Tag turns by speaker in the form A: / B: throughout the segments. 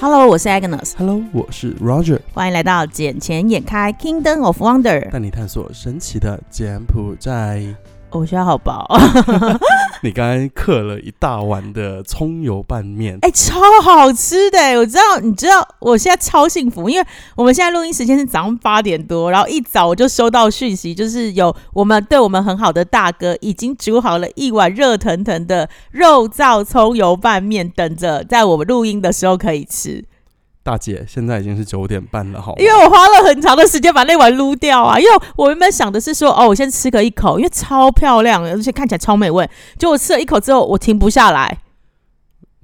A: Hello，我是 Agnes，
B: Hello，我是 Roger，
A: 欢迎来到《捡钱眼开 Kingdom of Wonder》
B: 带你探索神奇的柬埔寨。
A: 哦。我需要好饱，
B: 你刚刚刻了一大碗的葱油拌面，
A: 哎、超好吃的欸耶！我知道，你知道，我现在超幸福，因为我们现在录音时间是早上八点多，然后一早我就收到讯息，就是有我们对我们很好的大哥已经煮好了一碗热腾腾的肉燥葱油拌面，等着在我们录音的时候可以吃。
B: 大姐，现在已经是九点半了，好吗
A: 因为我花了很长的时间把那碗撸掉啊，因为我原本想的是说，哦，我先吃个一口，因为超漂亮，而且看起来超美味。就我吃了一口之后，我停不下来，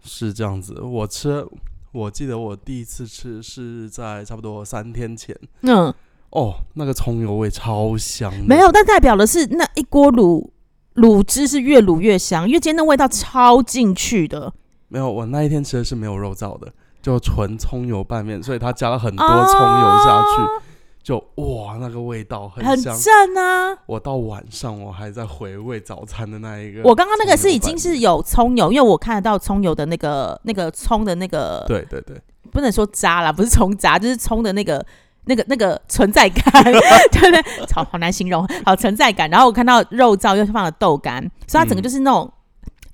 B: 是这样子。我吃，我记得我第一次吃是在差不多三天前，
A: 嗯，
B: 哦，那个葱油味超香的，
A: 没有，但代表的是那一锅卤卤汁是越卤越香，因为今天那味道超进去的，
B: 没有，我那一天吃的是没有肉燥的，就纯葱油拌面，所以它加了嗯很多
A: 啊
B: 葱油下去，就哇，那个味道很
A: 很
B: 香。
A: 正啊。
B: 我到晚上我还在回味早餐的那一个，
A: 我刚刚那个是已经是有葱油，因为我看得到葱油的那个那个葱的那个，
B: 对对对，
A: 不能说渣啦，不是葱渣，就是葱的那个、那个、那个存 在感，对不对？好好难形容，好存在感。然后我看到肉燥又放了豆干，所以它整个
B: 嗯
A: 就是那种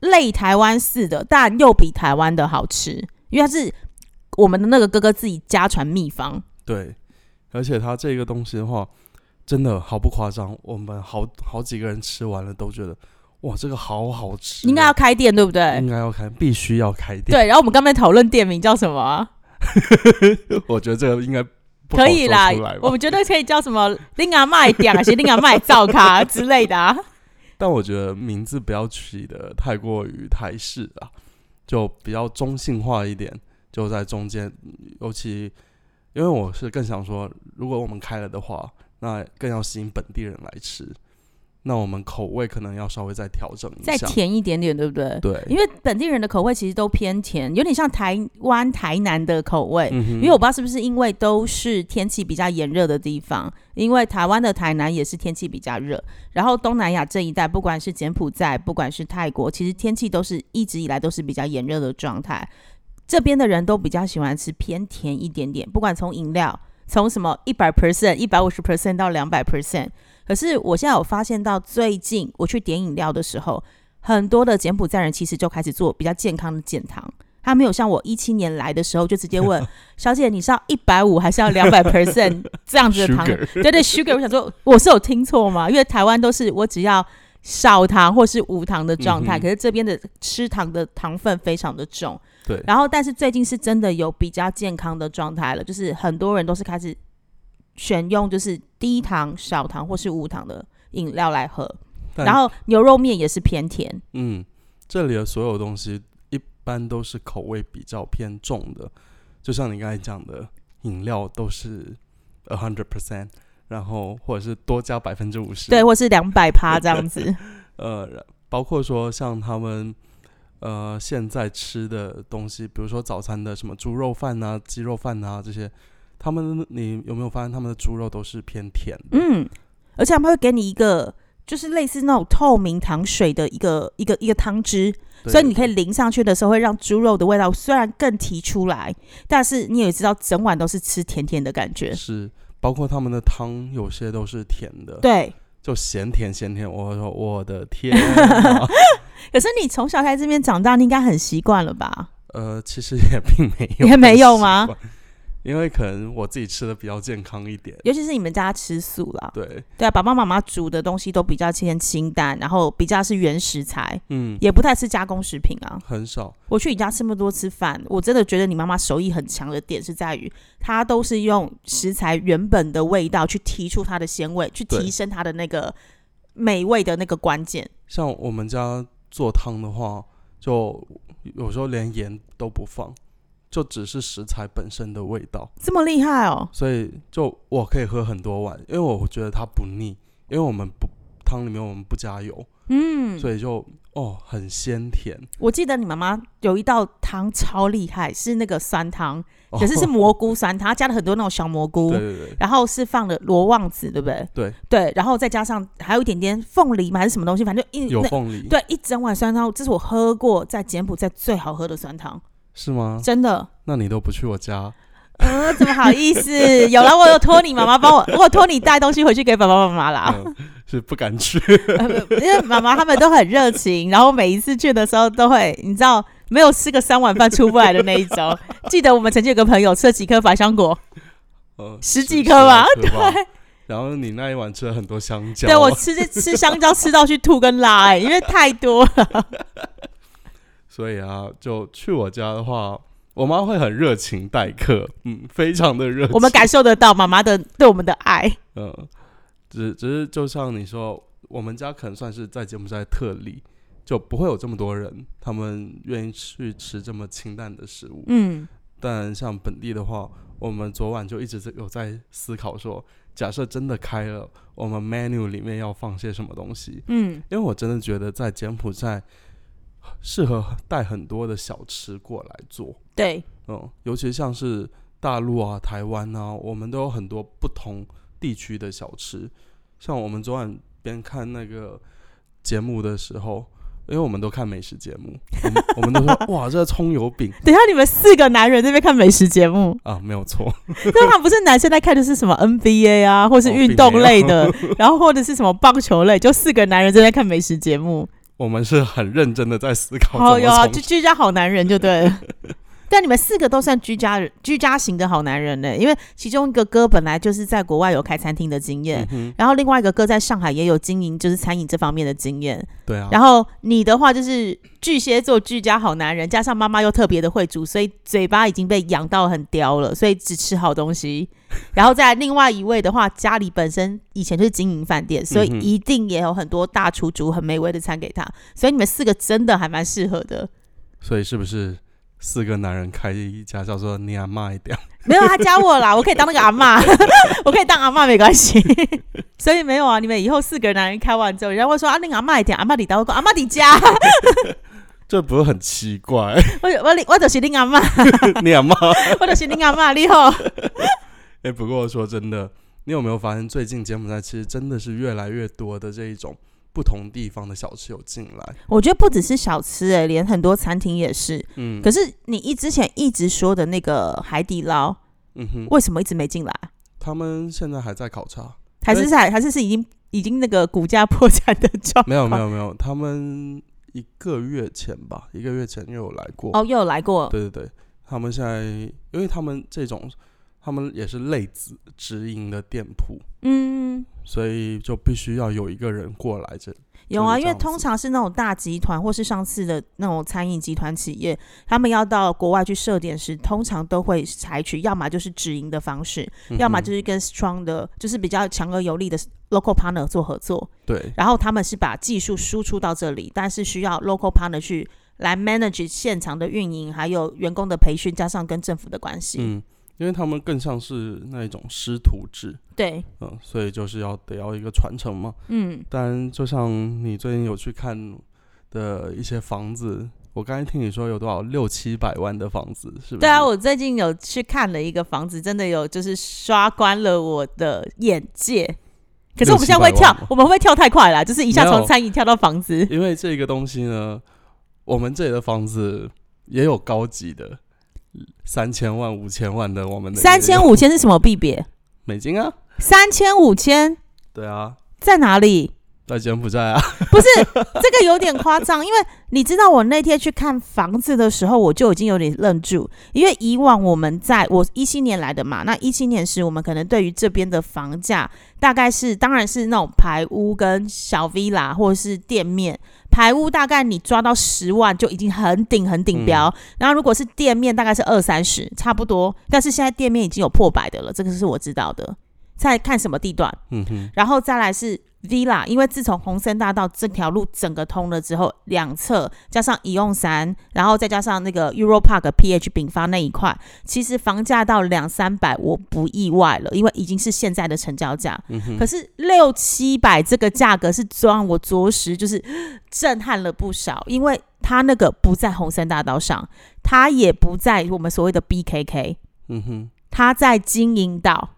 A: 类台湾式的，但又比台湾的好吃，因为它是我们的那个哥哥自己家传秘方。
B: 对，而且它这个东西的话，真的毫不夸张，我们好好几个人吃完了都觉得，哇，这个好好吃哦，
A: 应该要开店，对不对？
B: 应该要开，必须要开店。
A: 对。然后我们刚才讨论店名叫什么啊？
B: 我觉得这个应该不好
A: 可以啦
B: 说出来，吧
A: 我们绝对可以叫什么“令阿麦点”还是“令阿麦造咖”之类 的啊。
B: 但我觉得名字不要取得太过于台式啊，就比较中性化一点，就在中间。尤其因为我是更想说，如果我们开了的话，那更要吸引本地人来吃。那我们口味可能要稍微再调整一
A: 再
B: 下，
A: 甜一点点，对不对？
B: 对，
A: 因为本地人的口味其实都偏甜，有点像台湾、台南的口味。
B: 嗯哼
A: 因为我不知道是不是因为都是天气比较炎热的地方，因为台湾的台南也是天气比较热，然后东南亚这一带，不管是柬埔寨，不管是泰国，其实天气都是一直以来都是比较炎热的状态。这边的人都比较喜欢吃偏甜一点点，不管从饮料，从什么一百 percent、一百五十 percent 到两百 percent。可是我现在有发现到，最近我去点饮料的时候，很多的柬埔寨人其实就开始做比较健康的减糖。他没有像我一七年来的时候就直接问小姐，你是要一百五还是要两百 percent 这样子的糖？
B: Sugar
A: 对对，sugar，我想说我是有听错吗？因为台湾都是我只要少糖或是无糖的状
B: 嗯
A: 态，
B: 哼
A: 可是这边的吃糖的糖分非常的重。
B: 对
A: 然后但是最近是真的有比较健康的状态了，就是很多人都是开始选用就是低糖、少糖或是无糖的饮料来喝，
B: 但
A: 然后牛肉面也是偏甜，
B: 嗯，这里的所有东西一般都是口味比较偏重的，就像你刚才讲的，饮料都是 a hundred percent，然后或者是多加百分之五十，
A: 对，，或是两百趴这样 子。
B: 呃，然包括说像他们呃现在吃的东西，比如说早餐的什么猪肉饭啊、鸡肉饭啊这些，他们你有没有发现他们的猪肉都是偏甜的？
A: 嗯，而且他们会给你一个就是类似那种透明糖水的一个一个一个汤汁，
B: 对
A: 嗯所以你可以淋上去的时候会让猪肉的味道虽然更提出来，但是你也知道整碗都是吃甜甜的感觉。
B: 是包括他们的汤有些都是甜的，
A: 对，
B: 就咸甜咸甜，我说我的天啊、
A: 可是你从小在这边长大，你应该很习惯了吧？
B: 呃，其实也并没有，
A: 也没有吗？
B: 因为可能我自己吃的比较健康一点，
A: 尤其是你们家吃素啦，
B: 对，
A: 对啊，爸爸妈妈煮的东西都比较偏清淡，然后比较是原食材，
B: 嗯，
A: 也不太吃加工食品啊。
B: 很少，
A: 我去你家这么多次饭，我真的觉得你妈妈手艺很强的点是在于，她都是用食材原本的味道去提出它的鲜味，去
B: 对
A: 提升它的那个美味的那个关键。
B: 像我们家做汤的话，就有时候连盐都不放，就只是食材本身的味道，
A: 这么厉害哦！
B: 所以就我可以喝很多碗，因为我觉得它不腻，因为我们不汤里面我们不加油，
A: 嗯，
B: 所以就哦很鲜甜，
A: 我记得你妈妈有一道汤超厉害，是那个酸汤，
B: 哦
A: 可是是蘑菇酸汤，她加了很多那种小蘑菇
B: 对，对对，
A: 然后是放了罗望子，对不对？
B: 对
A: 对，然后再加上还有一点点凤梨嘛，还是什么东西，反正就一
B: 有
A: 嗯那
B: 凤梨，
A: 对一整碗酸汤，这是我喝过在柬埔寨最好喝的酸汤。
B: 是吗？
A: 真的。
B: 那你都不去我家，
A: 嗯，怎么好意思？有了，我有托你妈妈帮我，我有托你带东西回去给爸爸妈妈啦。
B: 嗯、是不敢 去。
A: 因为妈妈他们都很热情，然后每一次去的时候都会，你知道，没有吃个三碗饭出不来的那一种。记得我们曾经有个朋友吃了几颗百香果，
B: 呃，
A: 十
B: 是
A: 几
B: 是
A: 颗吧
B: 来吃吧然后你那一晚吃了很多香蕉，
A: 对我吃吃香蕉吃到去吐跟拉、哎，因为太多了。
B: 所以啊，就去我家的话，我妈会很热情待客，嗯，非常的热情。
A: 我们感受得到妈妈的对我们的爱。
B: 嗯，只只是就像你说，我们家可能算是在柬埔寨特例，就不会有这么多人，他们愿意去吃这么清淡的食物。
A: 嗯，
B: 但像本地的话，我们昨晚就一直在有在思考说，假设真的开了，我们 menu 里面要放些什么东西？
A: 嗯，
B: 因为我真的觉得在柬埔寨适合带很多的小吃过来做，
A: 对，
B: 嗯，尤其像是大陆啊、台湾啊，我们都有很多不同地区的小吃。像我们昨晚边看那个节目的时候，因为我们都看美食节目，我们我们都说哇，这个葱油饼
A: 等一下你们四个男人在那边看美食节 目，
B: 啊，没有错，
A: 通常不是男生在看的是什么 NBA 啊，或是
B: 哦
A: 运
B: 并
A: 动
B: 没有
A: 类的，然后或者是什么棒球类，就四个男人正在看美食节目。
B: 我们是很认真的在思考
A: 好
B: 怎
A: 有啊，
B: 么
A: 就
B: 从
A: 居家好男人就对 了。但你们四个都算居家人、居家型的好男人呢、因为其中一个哥本来就是在国外有开餐厅的经验，
B: 嗯哼，
A: 然后另外一个哥在上海也有经营就是餐饮这方面的经验。
B: 对啊，
A: 然后你的话就是巨蟹座居家好男人，加上妈妈又特别的会煮，所以嘴巴已经被养到很刁了，所以只吃好东西。 然后再来另外一位的话，家里本身以前就是经营饭店，所以
B: 嗯哼
A: 一定也有很多大厨煮很美味的餐给他，所以你们四个真的还蛮适合 的。
B: 所以是不是四个男人开一家叫做“你阿妈一点
A: 没有，他加我啦，我可以当那个阿嬷， 我可以当阿嬷没关系。 所以没有啊，你们以后四个男人开完之后，人家会说啊，那个阿嬷一点，阿嬷你打我讲阿嬷你家，”，
B: 这不是很奇怪？
A: 我我我就是恁阿嬷，
B: 你阿妈
A: 我就是恁阿嬷，你好。
B: 哎、不过说真的，你有没有发现最近柬埔寨其实真的是越来越多的这一种不同地方的小吃有进来？
A: 我觉得不只是小吃、欸，连很多餐厅也是。
B: 嗯
A: 可是你一之前一直说的那个海底捞，
B: 嗯哼，
A: 为什么一直没进来？啊
B: 他们现在还在考察？
A: 还是是还还是是已经已经那个股价破产的状况？
B: 没有没有没有，他们一个月前吧，一个月前又有来过。
A: 哦，又有来过，
B: 对对对，他们现在，因为他们这种，他们也是类子直营的店铺，
A: 嗯，
B: 所以就必须要有一个人过来这。
A: 有啊，
B: 就是
A: 因
B: 这
A: 为
B: 样子、
A: 通常是那种大集团或是上次的那种餐饮集团企业，他们要到国外去设点时，通常都会采取要么就是直营的方式，要么就
B: 嗯
A: 是是跟 strong 的，就是比较强而有力的 local partner 做合作。
B: 对，
A: 然后他们是把技术输出到这里，但是需要 local partner 去来 manage 现场的运营，还有员工的培训，加上跟政府的关系。
B: 嗯，因为他们更像是那一种师徒制。
A: 对，
B: 嗯，所以就是要得要一个传承嘛。
A: 嗯，
B: 当然，就像你最近有去看的一些房子，我刚才听你说有多少六七百万的房子，是不是？
A: 对啊，我最近有去看了一个房子，真的有就是刷关了我的眼界。可是我们现在会
B: 六七百
A: 跳
B: 万吗，
A: 我们会不会跳太快啦？就是一下
B: 没有
A: 从餐饮跳到房 子，
B: 因为这个东西呢，我们这里的房子也有高级的，三千万、五千万的，我们的
A: 三千
B: 五
A: 五千是什么币别？
B: 美金啊。
A: 三千五千
B: 对啊，
A: 在哪里？
B: 在柬埔寨啊，
A: 不是这个有点夸张，因为你知道我那天去看房子的时候，我就已经有点愣住，因为以往我们在我一七年来的嘛，那一七年时我们可能对于这边的房价大概是，当然是那种排屋跟小 villa 或者是店面。排屋大概你抓到十万就已经很顶很顶标，然后如果是店面大概是二三十差不多，但是现在店面已经有破百的了，这个是我知道的。在看什么地段？
B: 嗯哼，
A: 然后再来是 villa，因为自从红森大道这条路整个通了之后，两侧加上宜用山，然后再加上那个 Euro Park PH 丙发那一块，其实房价到两三百我不意外了，因为已经是现在的成交价。
B: 嗯哼，
A: 可是六七百这个价格是让我着实就是震撼了不少，因为它那个不在红森大道上，它也不在我们所谓的 BKK，
B: 嗯哼，
A: 它在金银岛。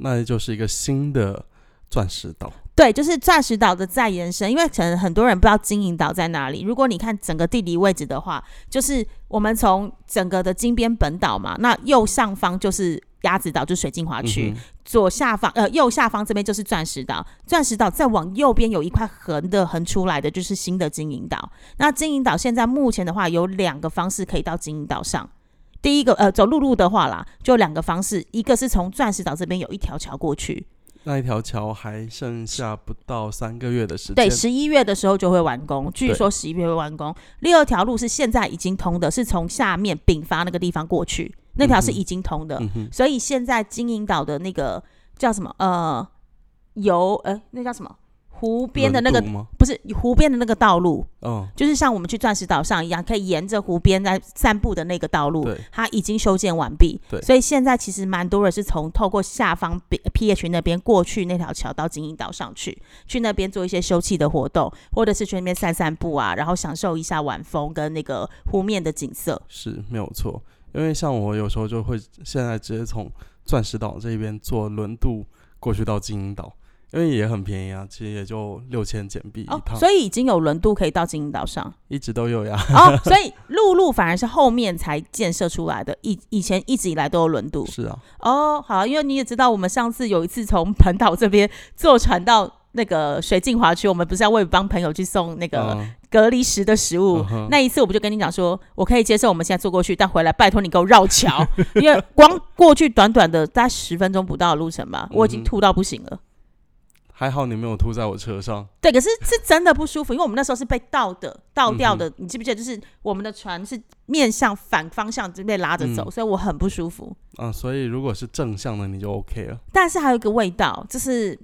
B: 那就是一个新的钻石岛。
A: 对，就是钻石岛的再延伸，因为可能很多人不知道金银岛在哪里。如果你看整个地理位置的话，就是我们从整个的金边本岛嘛，那右上方就是鸭子岛，就是水晶华区；
B: 嗯哼
A: 左下方呃右下方这边就是钻石岛，钻石岛再往右边有一块横的横出来的就是新的金银岛。那金银岛现在目前的话有两个方式可以到金银岛上。第一个，呃，走陆路的话啦，就两个方式，一个是从钻石岛这边有一条桥过去，
B: 那一条桥还剩下不到三个月的时间，
A: 对，十一月的时候就会完工，据
B: 对
A: 说十一月会完工。第二条路是现在已经通的，是从下面丙发那个地方过去，那条是
B: 嗯哼
A: 已经通的，
B: 嗯哼，
A: 所以现在金银岛的那个叫什么呃游呃那叫什么湖边的那个
B: 轮渡吗？
A: 不是湖边的那个道路，
B: 嗯，
A: 就是像我们去钻石岛上一样，可以沿着湖边在散步的那个道路
B: 对，
A: 它已经修建完毕。
B: 对
A: 所以现在其实蛮多人是从透过下方 B- PH 那边过去那条桥到金银岛上去，去那边做一些休憩的活动，或者是去那边散散步啊，然后享受一下晚风跟那个湖面的景色。
B: 是没有错。因为像我有时候就会现在直接从钻石岛这边坐轮渡过去到金银岛，因为也很便宜啊，其实也就六千简币一
A: 哦
B: 趟，，
A: 所以已经有轮渡可以到金银 岛上
B: 一直都有呀。
A: 哦，所以陆路反而是后面才建设出来的，以以前一直以来都有轮渡。
B: 是啊，
A: 哦，好，因为你也知道，我们上次有一次从 本岛这边坐船到那个水静华区，我们不是要为帮朋友去送那个
B: 嗯
A: 隔离食的食物。
B: 嗯哼
A: 那一次我不就跟你讲说，我可以接受我们现在坐过去，但回来拜托你给我绕桥，因为光过去短短的大概十分钟不到的路程吧，我已经
B: 嗯哼
A: 吐到不行了。
B: 还好你没有吐在我车上。
A: 对，可是是真的不舒服，因为我们那时候是被倒的，倒掉
B: 嗯
A: 的。你记不记得？就是我们的船是面向反方向就被拉着走，
B: 嗯
A: 所以我很不舒服。
B: 啊，所以如果是正向的，你就 OK 了。
A: 但是还有一个味道，就是嘖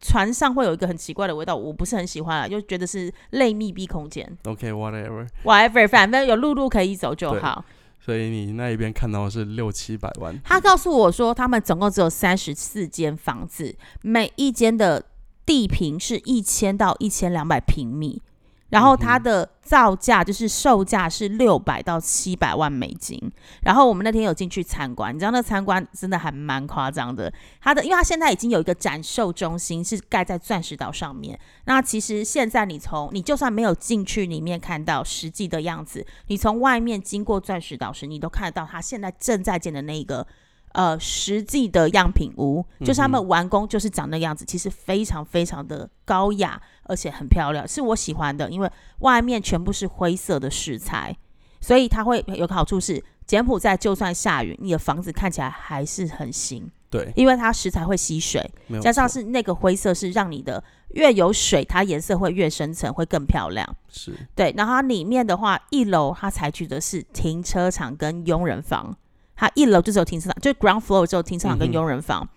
A: 船上会有一个很奇怪的味道，我不是很喜欢啊，就觉得是类密闭空间。
B: OK，whatever、
A: Whatever，反正有陆路可以走就好。
B: 所以你那一边看到的是六七百万，
A: 他告诉我说，他们总共只有三十四间房子，每一间的地坪是一千到一千两百平米，然后它的造价就是售价是六百到七百万美金。然后我们那天有进去参观，你知道那参观真的还蛮夸张的。它的，因为它现在已经有一个展售中心是盖在钻石岛上面。那其实现在你从你就算没有进去里面看到实际的样子，你从外面经过钻石岛时，你都看得到它现在正在建的那一个呃实际的样品屋，就是他们完工就是长那个样子，其实非常非常的高雅，而且很漂亮，是我喜欢的，因为外面全部是灰色的石材，所以它会有个好处是。柬埔寨就算下雨，你的房子看起来还是很新，
B: 对，
A: 因为它石材会吸水，
B: 没有
A: 加上
B: 错
A: 是那个灰色是让你的越有水，它颜色会越深层，会更漂亮。
B: 是
A: 对，然后它里面的话，一楼它采取的是停车场跟佣人房，它一楼就只有停车场，就 ground floor 只有停车场
B: 嗯
A: 跟
B: 哼
A: 佣人房，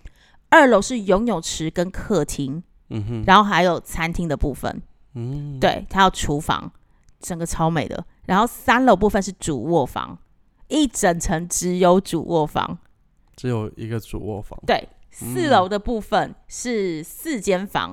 A: 二楼是游泳池跟客厅，
B: 嗯哼，
A: 然后还有餐厅的部分，
B: 嗯，
A: 对，还有厨房，整个超美的。然后三楼部分是主卧房，一整层只有主卧房，
B: 只有一个主卧房，
A: 对。四
B: 嗯
A: 楼的部分是四间房，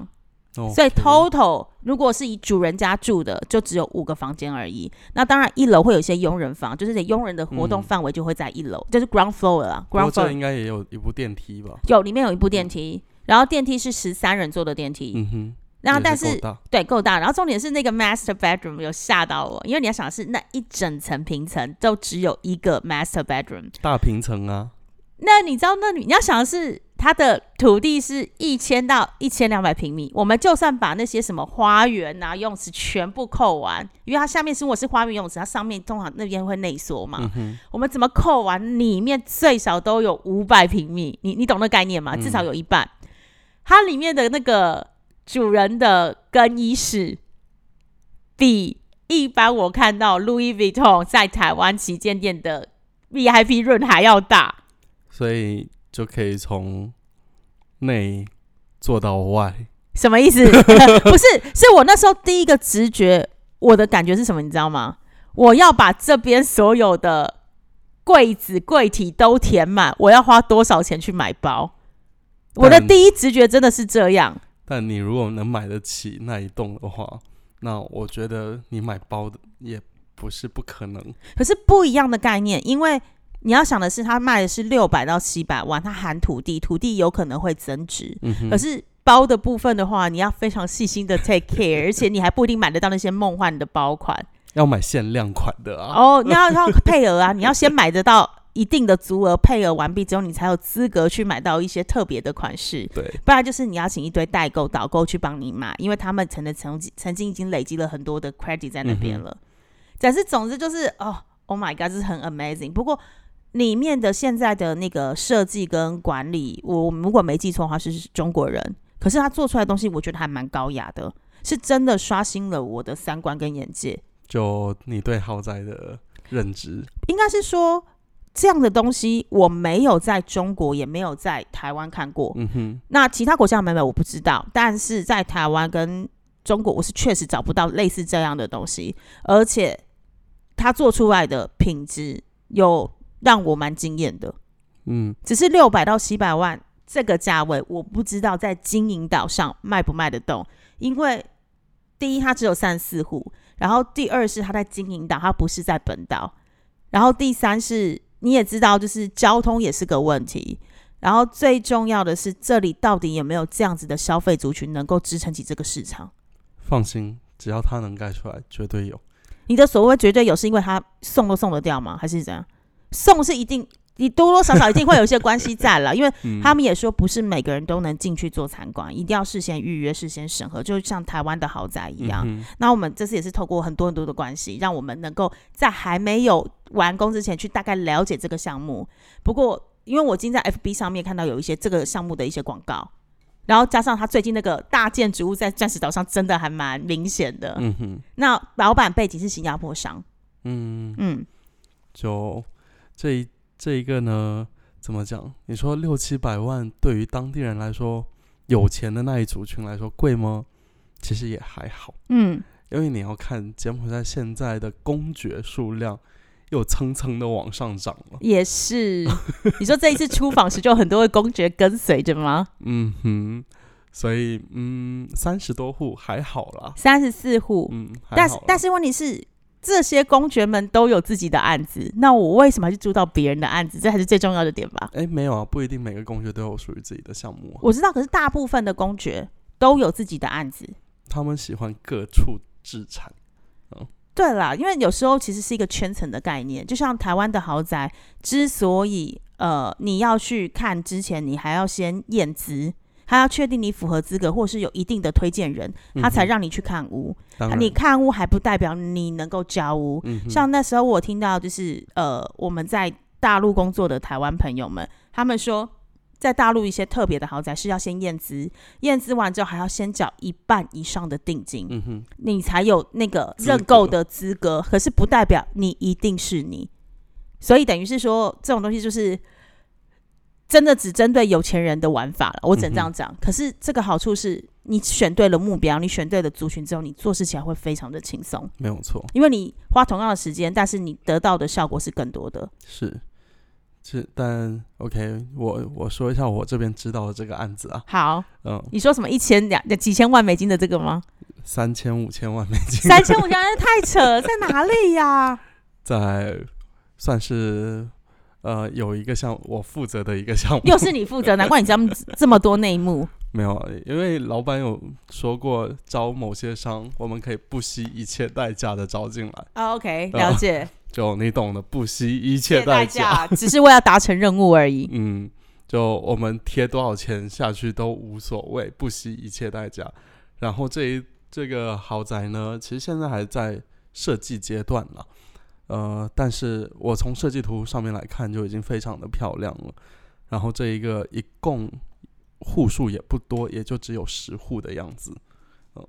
B: 哦
A: 所以
B: OK
A: total 如果是以主人家住的，就只有五个房间而已。那当然，一楼会有一些佣人房，就是佣人的活动
B: 嗯
A: 范围就会在一楼，就是 ground floor 啦。
B: 不
A: ground
B: 过这
A: floor
B: 应该也有一部电梯吧？
A: 有里面有一部电梯，然后电梯是十三人坐的电梯，
B: 嗯哼，
A: 然后
B: 也
A: 但
B: 是
A: 是
B: 够大
A: 对够大，然后重点是那个 master bedroom 有吓到我，因为你要想的是那一整层平层都只有一个 master bedroom，
B: 大平层啊，
A: 那你知道那你你要想的是。它的土地是一千到一千两百平米，我们就算把那些什么花园啊、游泳池全部扣完，因为它下面如果是花园游泳池，它上面通常那边会内缩嘛，
B: 嗯哼，
A: 我们怎么扣完里面最少都有五百平米，你你懂那概念吗？
B: 嗯
A: 至少有一半，它里面的那个主人的更衣室比一般我看到 Louis Vuitton 在台湾旗舰店的 VIP 润还要大。
B: 所以就可以从内做到外，
A: 什么意思？不是，是我那时候第一个直觉，我的感觉是什么？你知道吗？我要把这边所有的柜子柜体都填满，我要花多少钱去买包？我的
B: 但
A: 第一直觉真的是这样，
B: 但你如果能买得起那一栋的话，那我觉得你买包的也不是不可能。
A: 可是不一样的概念，因为你要想的是，它卖的是六百到七百万，它含土地，土地有可能会增值，
B: 嗯哼
A: 可是包的部分的话，你要非常细心的 take care，而且你还不一定买得到那些梦幻的包款
B: 要买限量款的啊。
A: 哦。你要要配额啊，你要先买得到一定的足额，配额完毕之后，你才有资格去买到一些特别的款式。
B: 对，
A: 不然就是你要请一堆代购、导购去帮你买，因为他们可能曾经曾经已经累积了很多的 credit 在那边了。但是总之就是哦，Oh my god，这是很 amazing。不过里面的现在的那个设计跟管理，我如果没记错的话是是中国人，可是他做出来的东西我觉得还蛮高雅的，是真的刷新了我的三观跟眼界。
B: 就你对豪宅的认知，
A: 应该是说这样的东西我没有在中国，也没有在台湾看过。
B: 嗯哼，
A: 那其他国家有没有我不知道，但是在台湾跟中国，我是确实找不到类似这样的东西，而且它做出来的品质有让我蛮惊艳的。
B: 嗯，
A: 只是六百到七百万这个价位，我不知道在金银岛上卖不卖得动，因为第一它只有三十四户，然后第二是它在金银岛，它不是在本岛，然后第三是你也知道，就是交通也是个问题。然后最重要的是，这里到底有没有这样子的消费族群能够支撑起这个市场？
B: 放心，只要他能盖出来，绝对有。
A: 你的所谓绝对有，是因为他送都送得掉吗？还是怎样？送是一定，你多多少少一定会有一些关系 在了，因为
B: 嗯
A: 他们也说不是每个人都能进去做参观，一定要事先预约、事先审核，就像台湾的豪宅一样。
B: 嗯哼
A: 那我们这次也是透过很多很多的关系，让我们能够在还没有完工之前去大概了解这个项目。不过，因为我今天在 FB 上面看到有一些这个项目的一些广告，然后加上他最近那个大建筑物在钻石岛上真的还蛮明显的。
B: 嗯哼，
A: 那老板背景是新加坡商，
B: 嗯，
A: 嗯，
B: 就这一这一个呢，怎么讲？你说六七百万对于当地人来说，有钱的那一族群来说贵吗？其实也还好，
A: 嗯，
B: 因为你要看柬埔寨现在的公爵数量又蹭蹭的往上涨了。
A: 也是。你说这一次出访时，就有很多的公爵跟随着吗？
B: 嗯哼，所以嗯，三十多户还好啦。
A: 三十四户，
B: 嗯，
A: 但是但
B: 是
A: 是问题是，这些公爵们都有自己的案子，那我为什么还去住到别人的案子？这还是最重要的点吧。
B: 哎，没有啊，不一定每个公爵都有属于自己的项目、啊，
A: 我知道，可是大部分的公爵都有自己的案子。
B: 他们喜欢各处置产。
A: 对啦，因为有时候其实是一个圈层的概念，就像台湾的豪宅，之所以呃你要去看之前，你还要先验资，他要确定你符合资格，或是有一定的推荐人，他才
B: 嗯
A: 让你去看屋。
B: 哼当然
A: 你看屋还不代表你能够交屋，
B: 嗯哼
A: 像那时候我听到就是呃，我们在大陆工作的台湾朋友们，他们说在大陆一些特别的豪宅是要先验资，验资完之后还要先缴一半以上的定金，
B: 嗯哼，
A: 你才有那个
B: 资格
A: 认购的资格。可是不代表你一定是你，所以等于是说这种东西就是。真的只针对有钱人的玩法了，我只能这样讲。可是这个好处是你选对了目标，你选对了族群之后，你做事起来会非常的轻松。
B: 没有错，
A: 因为你花同样的时间，但是你得到的效果是更多的。
B: 是。是，但 OK，我我说一下我这边知道的这个案子啊，
A: 好，
B: 嗯，
A: 你说什么一千两几千万美金的这个吗？
B: 三千五千万美金，
A: 三千五千万太扯了，在哪里呀、
B: 在算是呃有一个项我负责的一个项目，
A: 又是你负责，难怪你这么这么多内幕。
B: 没有，因为老板有说过，招某些商，我们可以不惜一切代价的招进来，
A: o 哦 OK，了解，
B: 就你懂的，不惜一切代价。
A: 价只是为了达成任务 而已。
B: 嗯，就我们贴多少钱下去都无所谓，不惜一切代价。然后这一这个豪宅呢，其实现在还在设计阶段了，呃，但是我从设计图上面来看，就已经非常的漂亮了。然后这一个一共户数也不多，也就只有十户的样子，嗯，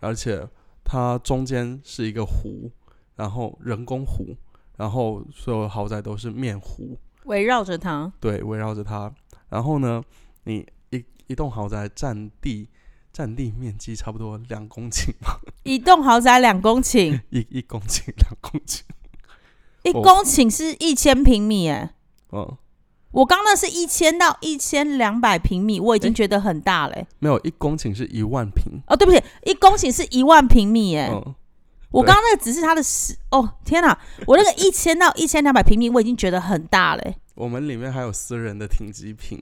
B: 而且它中间是一个湖，然后人工湖，然后所有豪宅都是面湖，
A: 围绕着它，
B: 对，围绕着它。然后呢，你一一栋豪宅占地占地面积差不多两公顷 吧，
A: 一栋豪宅两 公顷，
B: 一一公顷两公顷，
A: 一公顷是一千平米哎。
B: 嗯，
A: 我刚那是一千到一千两百平米，我已经觉得很大嘞、
B: 没有一公顷是一万平，
A: 哦，对不起，一公顷是一万平米哎、
B: 嗯，
A: 我
B: 对
A: 刚刚那个只是它的十哦，天哪！我那个一千到一千两百平米，我已经觉得很大嘞、
B: 我们里面还有私人的停机坪，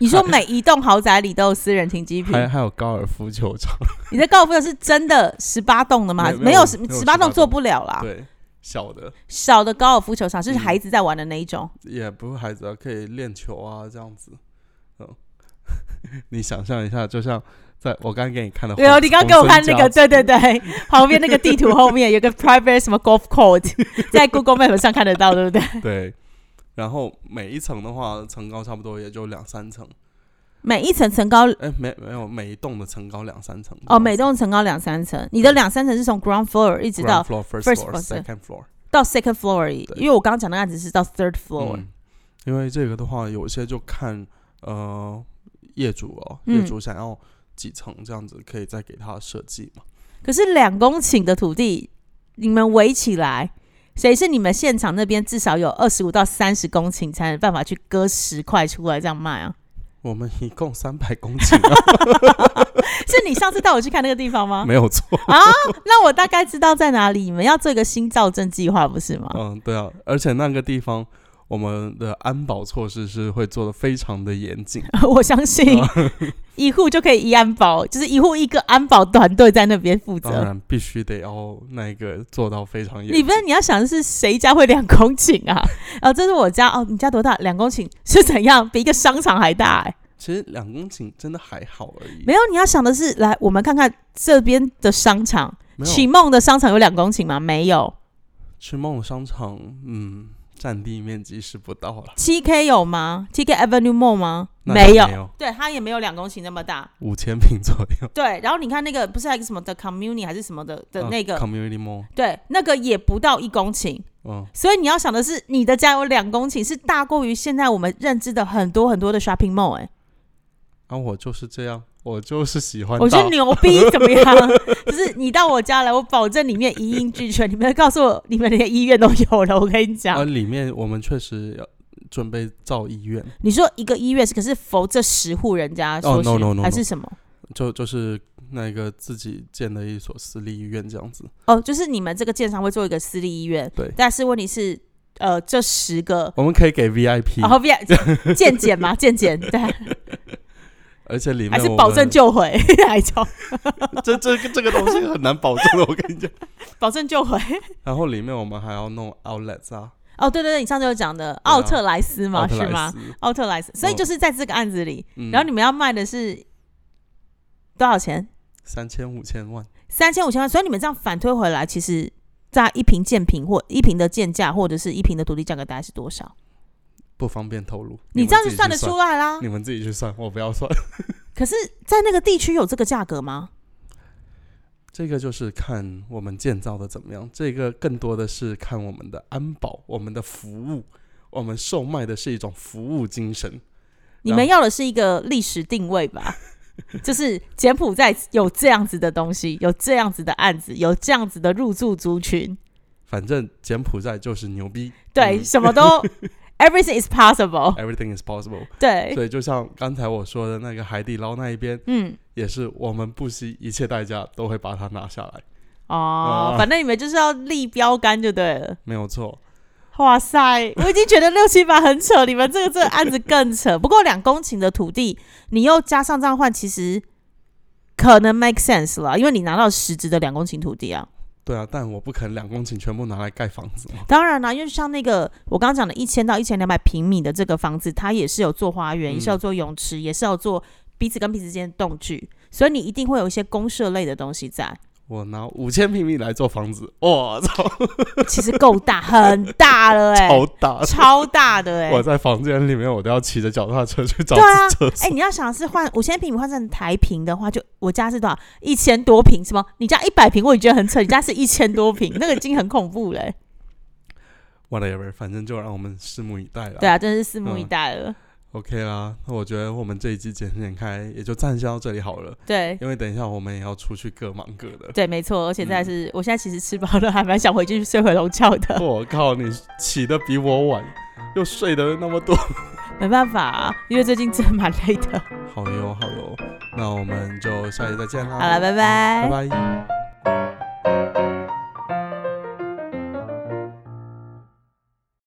A: 你说每一栋豪宅里都有私人停机坪，
B: 还还有高尔夫球场，
A: 你在高尔夫球是真的十八栋的吗？
B: 没
A: 没
B: 没有
A: 有十
B: 没有
A: 十八
B: 18
A: 栋做不了啦。
B: 对， 小的
A: 小的高尔夫球场是
B: 嗯
A: 孩子在玩的那一种，
B: 也不是孩子啊，可以练球啊，这样子。嗯， 你想象一下，就像在我刚刚给你看的，
A: 对哦，你刚给我看那个，
B: 红参加
A: 对对对， 旁边那个地图后面有个 private 什么 golf court，在 Google Map 上看得到，对不对？
B: 对。然后每一层的话，层高差不多也就两三层，
A: 每一层层高
B: 哎，没没有每一栋的层高两三层这样
A: 哦，
B: 子
A: 每栋层高两三层，你的两三层是从 ground floor 一直
B: ground
A: 到
B: floor first
A: first
B: floor
A: floor 是
B: second floor，
A: 到 second floor，而已
B: 对
A: 因为我刚刚讲的案子是到 third floor，
B: 嗯，因为这个的话，有些就看呃业主哦，
A: 嗯
B: 业主想要几层这样子，可以再给他设计嘛。
A: 可是两公顷的土地，你们围起来，谁是你们现场那边至少有二十五到三十公顷才有办法去割十块出来这样卖啊？
B: 我们一共三百公顷、啊，
A: 是你上次带我去看那个地方 吗？
B: 没有错。
A: 啊，那我大概知道在哪里。你们要做一个新造镇计划，不是吗？
B: 嗯，对啊，而且那个地方我们的安保措施是会做的非常的严 谨。
A: 我相信
B: 哦
A: 一户就可以一安保，就是一户一个安保团队在那边负
B: 当
A: 责。
B: 然必须得要那个做到非常
A: 你
B: 严，
A: 不是你要想的是谁家会两公顷啊？ 啊，这是我家哦，你家多大？两公顷是怎样？比一个商场还大 哎、
B: 其实两公顷真的还好而已，
A: 没有，你要想的是，来我们看看这边的商场，
B: 没
A: 启
B: 有
A: 梦的商场有两公顷吗？没有。
B: 去梦商场，嗯，占地面积是不到了，
A: 七 K 有吗？七 K Avenue Mall 吗？
B: 那也
A: 没有，
B: 没有
A: 对，它也没有两公顷那么大。
B: 五千平左右
A: 对，然后你看那个不是还有一个什么的 community 还是什么的的
B: 啊
A: 那个，
B: community mall，
A: 对，那个也不到一公顷。
B: 嗯，
A: 所以你要想的是，你的家有两公顷，是大过于现在我们认知的很多很多的 shopping mall、哎，
B: 啊，我就是这样，我就是喜欢大，
A: 我觉得牛逼，怎么样？ 就是你到我家来，我保证里面一应俱全。你们告诉我，你们连医院都有了。我跟你讲，
B: 啊，里面我们确实要准备造医院，
A: 你说一个医院是可是否这十户人家说
B: 哦
A: 是、
B: no, no, no, no.
A: 还是什么？
B: 就就是那个自己建的一所私立医院这样子，
A: 哦，就是你们这个建商会做一个私立医院，
B: 对
A: 但是问题是，呃，这十个。
B: 我们可以给 VIP，
A: 然 后变健检嘛，健检对，
B: 而且里面
A: 还是
B: 我
A: 保证
B: 们
A: 救回 哪一种？
B: 这这个这个东西很难保证 的，我跟你讲。
A: 保证救回
B: 然后里面我们还要弄 outlets 啊，
A: 哦，对对对，你上次有讲的奥特莱斯嘛，
B: 奥特
A: 是
B: 莱
A: 吗？
B: 斯
A: 奥特莱斯，所以就是在这个案子里，
B: 嗯
A: 然后你们要卖的是多少钱？
B: 三千五千万，
A: 三千五千万，所以你们这样反推回来，其实在一瓶建平或一瓶的建价，或者是一瓶的土地价格大概是多少？
B: 不方便透露。
A: 你
B: 们
A: 这样
B: 自己
A: 就
B: 去
A: 算
B: 算
A: 得出来啦。
B: 你们自己去算，我不要算。
A: 可是，在那个地区有这个价格吗？
B: 这个就是看我们建造的怎么样，这个更多的是看我们的安保、我们的服务，我们售卖的是一种服务精神。
A: 你们要的是一个历史定 位吧？就是柬埔寨有这样子的东西，有这样子的案子，有这样子的入住族群，
B: 反正柬埔寨就是牛逼，
A: 对，
B: 嗯
A: 什 么都 everything is possible，
B: ，everything is possible。
A: 对，
B: 所以就像刚才我说的那个海底捞那一边，
A: 嗯，
B: 也是我们不惜一切代价都会把它拿下来，
A: 哦，
B: 啊
A: 反正你们就是要立标杆就对了。
B: 没有错。
A: 哇塞，我已经觉得六七百很扯，你们这个这个案子更扯。不过两公顷的土地，你又加上这样换，其实可能 make sense 啦，因为你拿到实质的两公顷土地啊。
B: 对啊，但我不可能两公顷全部拿来盖房子嘛。
A: 当然啦，因为像那个我刚刚讲的一千到一千两百平米的这个房子，它也是有做花园，
B: 嗯
A: 也是要做泳池，也是要做彼此跟彼此之间的动距，所以你一定会有一些公社类的东西 在。
B: 我拿五千平米来做房子，我操，
A: 其实够大，很大了哎、
B: 超大！
A: 超大的哎、
B: 我在房间里面，我都要骑着脚踏车去找
A: 对啊
B: 厕所。
A: 哎、你要想是换五千平米换成台平的话，就我家是多少？一千多平是吗？你家一百平我也觉得很扯，你家是一千多平， 那个已经很恐怖了欸、
B: Whatever，反正就让我们拭目以待了。
A: 对啊，真是拭目以
B: 嗯
A: 待了。
B: OK 啦，那我觉得我们这一季剪剪开也就暂时到这里好了，
A: 对
B: 因为等一下我们也要出去各忙各的。
A: 对，没错，而且再来是、我现在其实吃饱了，还蛮想回去睡回笼觉 的。
B: 我靠，你起的比我晚，又睡得那么多。
A: 没办法、啊，因为最近真的蛮累的。
B: 好哟好哟，那我们就下期再见啦，
A: 好了，拜拜
B: 拜拜